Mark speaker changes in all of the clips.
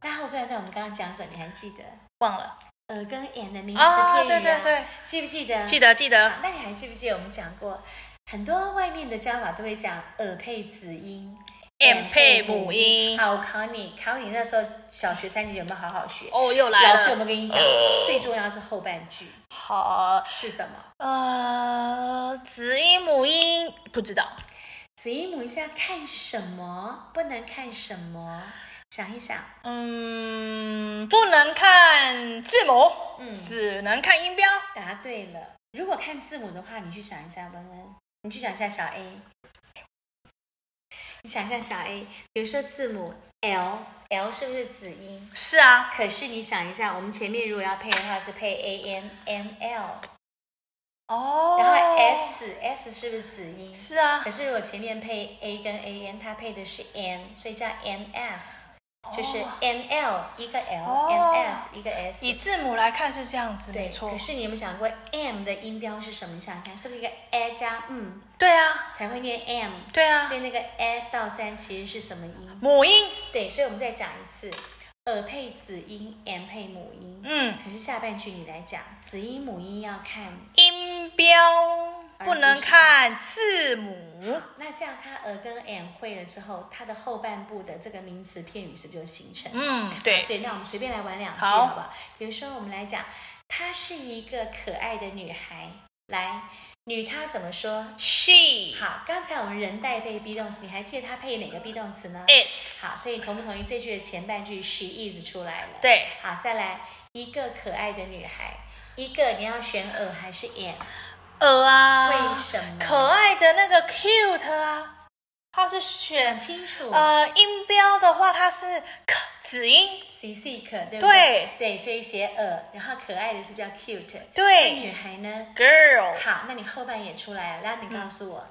Speaker 1: 啊们刚刚讲什么？你还记得？
Speaker 2: 忘了
Speaker 1: 耳根眼的名词
Speaker 2: 哦，
Speaker 1: 片语、啊
Speaker 2: 对对，对，
Speaker 1: 记不记得？
Speaker 2: 记得记得
Speaker 1: 好。那你还记不记得我们讲过，很多外面的教法都会讲耳配子音嗯
Speaker 2: M 配母音
Speaker 1: 好，我考你，考你那时候小学三年级有没有好好学？
Speaker 2: 哦，又来
Speaker 1: 老师有没有
Speaker 2: 了。呃
Speaker 1: 跟你讲，最重要是后半句
Speaker 2: 好，
Speaker 1: 是什么？
Speaker 2: 呃，子音母音不知道，
Speaker 1: 子音母一下看什么，不能看什么，想一想，
Speaker 2: 嗯，不能看字母，
Speaker 1: 嗯
Speaker 2: 只能看音标。
Speaker 1: 答对了。如果看字母的话，你去想一下，文文，你去想一下小 A，你想一下小 A，比如说字母 L，L 是不是子音？
Speaker 2: 是啊，
Speaker 1: 可是你想一下，我们前面如果要配的话，是配 A M M L，
Speaker 2: 哦，
Speaker 1: 然后 S S 是不是子音？
Speaker 2: 是啊
Speaker 1: 可，是如果前面配 A 跟 A N，它配的是 N，所以叫 N S，就是
Speaker 2: 哦
Speaker 1: N L 一个 L，N、
Speaker 2: 哦
Speaker 1: S 一个 S。
Speaker 2: 以字母来看是这样子，
Speaker 1: 对，
Speaker 2: 没错
Speaker 1: 可。是你有没有想过 M 的音标是什么？你想想看，是不是一个 A 加嗯
Speaker 2: 对啊，
Speaker 1: 才会念 M？、
Speaker 2: 对啊
Speaker 1: 所，以那个 A 到三其实是什么音？
Speaker 2: 母音，
Speaker 1: 对，所以我们再讲一次，耳配子音，M 配母音。
Speaker 2: 嗯，
Speaker 1: 可是下半句你来讲，子音母音要看，
Speaker 2: 音标不能看字母。
Speaker 1: 那这样它耳跟 M 会了之后，它的后半部的这个名词片语是不是就形成了？
Speaker 2: 嗯，对，
Speaker 1: 所以那我们随便来玩两句
Speaker 2: 好
Speaker 1: 好不好？比如说我们来讲，她是一个可爱的女孩，来，女她怎么说？
Speaker 2: she
Speaker 1: 好，刚才我们人代被 be 动词，你还记得它配哪个 be 动词呢？
Speaker 2: 哎
Speaker 1: 好，
Speaker 2: is
Speaker 1: 所以同不同意这句的前半句 she is 出来了？。
Speaker 2: 对
Speaker 1: 好，再来一个可爱的女孩，一个你要选耳还是眼？
Speaker 2: 呃啊，
Speaker 1: 为什么？
Speaker 2: 可爱的那个 cute 啊，它是选
Speaker 1: 清楚。
Speaker 2: 呃音标的话，它是 k 子音，
Speaker 1: C C 可对不
Speaker 2: 对
Speaker 1: 对所以写耳，然后可爱的是不是叫 cute？那
Speaker 2: 对
Speaker 1: 女孩呢？
Speaker 2: ，girl
Speaker 1: 好，那你后半也出来了，然后你告诉
Speaker 2: 嗯
Speaker 1: 我，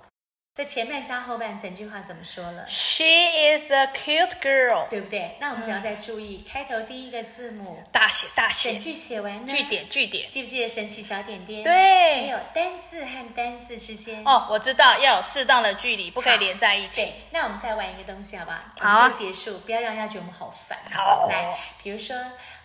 Speaker 1: 这前半加后半整句话怎么说了，
Speaker 2: she is a cute girl，
Speaker 1: 对不对？那我们只要再注意、开头第一个字母，
Speaker 2: 大写大
Speaker 1: 整
Speaker 2: 写，
Speaker 1: 句写完呢，
Speaker 2: 嗯句，点句点，
Speaker 1: 记不记得神奇小点点？，还
Speaker 2: 对
Speaker 1: 有单字和单字之间。
Speaker 2: 哦，我知道要有适当的距离，不可以
Speaker 1: 好
Speaker 2: 连在一起
Speaker 1: 对。，那我们再玩一个东西好不好？
Speaker 2: 好啊
Speaker 1: 我们就结束，不要让人家觉得我们好烦。
Speaker 2: 好
Speaker 1: 来，比如说，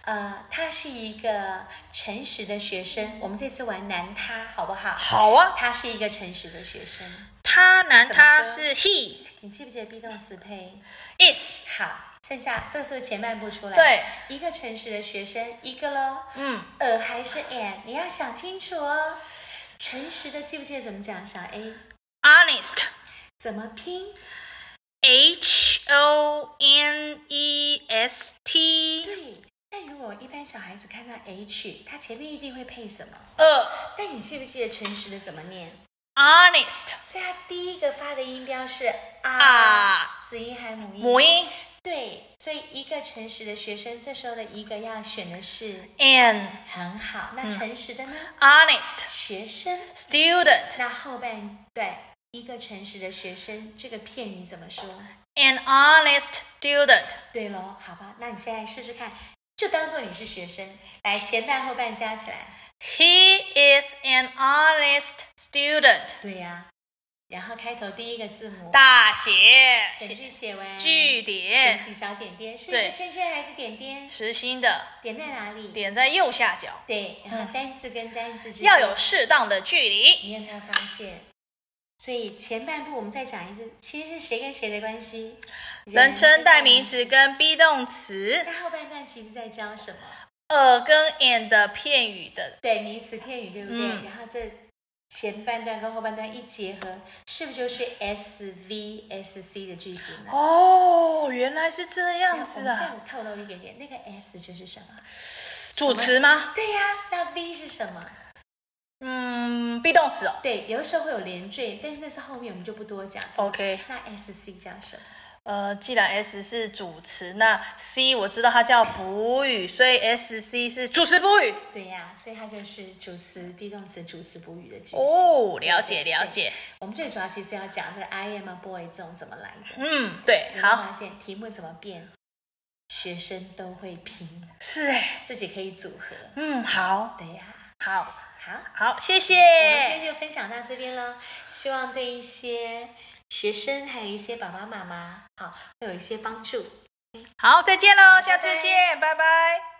Speaker 1: 呃，他是一个诚实的学生，我们这次玩男他好不好？
Speaker 2: 好啊，
Speaker 1: 他是一个诚实的学生，
Speaker 2: 他男
Speaker 1: 怎么
Speaker 2: 他
Speaker 1: 说
Speaker 2: 是 he
Speaker 1: 你记不记得 be 动词配？
Speaker 2: is
Speaker 1: 好，剩下这个是不是前半部出来？
Speaker 2: 对，
Speaker 1: 一个诚实的学生，一个喽。
Speaker 2: 嗯，
Speaker 1: 呃，还是 and，你要想清楚哦。诚实的记不记得怎么讲？小 A
Speaker 2: honest
Speaker 1: 怎么拼？
Speaker 2: h o n e s t
Speaker 1: 对。但如果一般小孩子看到 H，他前面一定会配什么？
Speaker 2: 呃
Speaker 1: 但你记不记得诚实的怎么念？
Speaker 2: honest
Speaker 1: 所以他第一个发的音标是啊，
Speaker 2: 啊
Speaker 1: 子音还母音。
Speaker 2: 母音
Speaker 1: 对，所以一个诚实的学生，这时候的一个要选的是
Speaker 2: and
Speaker 1: 很好。那诚实的呢？
Speaker 2: honest
Speaker 1: 学生
Speaker 2: student
Speaker 1: 那后半段，一个诚实的学生，这个片语怎么说？
Speaker 2: an honest student
Speaker 1: 对喽，好吧，那你现在试试看，就当做你是学生，来前半后半加起来。
Speaker 2: he is an honest student
Speaker 1: 对呀、然后开头第一个字母，
Speaker 2: 大写
Speaker 1: 整句写完，
Speaker 2: 句
Speaker 1: 点
Speaker 2: 点
Speaker 1: 起小点点，是一
Speaker 2: 对
Speaker 1: 个圈圈还是点点？
Speaker 2: 实心的
Speaker 1: 点在哪里？
Speaker 2: 点在右下角，
Speaker 1: 对，然后单字跟单字之间
Speaker 2: 要有适当的距离。
Speaker 1: 你有没有发现？所以前半部我们再讲一次，其实是谁跟谁的关系？
Speaker 2: 人称代名
Speaker 1: 词。
Speaker 2: 词跟 be 动词
Speaker 1: 那后半段其实在教什么？
Speaker 2: 呃跟 and 的片语的，
Speaker 1: 对，名词片语，对不对？
Speaker 2: 嗯
Speaker 1: 然后这前半段跟后半段一结合，是不是就是 S V S C 的句型呢？
Speaker 2: 哦，原来是这
Speaker 1: 那
Speaker 2: 样啊
Speaker 1: 我们再！透露一点点，那个 S 就是什么？
Speaker 2: 主词吗？
Speaker 1: 对呀、那 V 是什么？
Speaker 2: 嗯，be 动词哦。
Speaker 1: 对，有的时候会有连缀，但是那是后面我们就不多讲。
Speaker 2: OK，
Speaker 1: 那 S C 叫什么？
Speaker 2: 呃，既然 S 是主词，那 C 我知道它叫补语，所以 S C 是主词补语。
Speaker 1: 对呀、所以它就是主词、be 动词、主词补语的句型。
Speaker 2: 哦，了解
Speaker 1: 对
Speaker 2: 了解。
Speaker 1: 我们最主要其实要讲这个 I am a boy 这种怎么来的。
Speaker 2: 嗯，对，
Speaker 1: 有没有
Speaker 2: 好，
Speaker 1: 发现题目怎么变，学生都会拼，
Speaker 2: 是哎，
Speaker 1: 自己可以组合。
Speaker 2: 嗯，好，
Speaker 1: 对呀、
Speaker 2: 好，
Speaker 1: 好，
Speaker 2: 好，谢
Speaker 1: 我们今
Speaker 2: 谢。
Speaker 1: 天就分享到这边喽。希望对一些学生还有一些爸爸妈妈，好，会有一些帮助。
Speaker 2: 好，再见喽，下次
Speaker 1: 拜拜
Speaker 2: 见，拜拜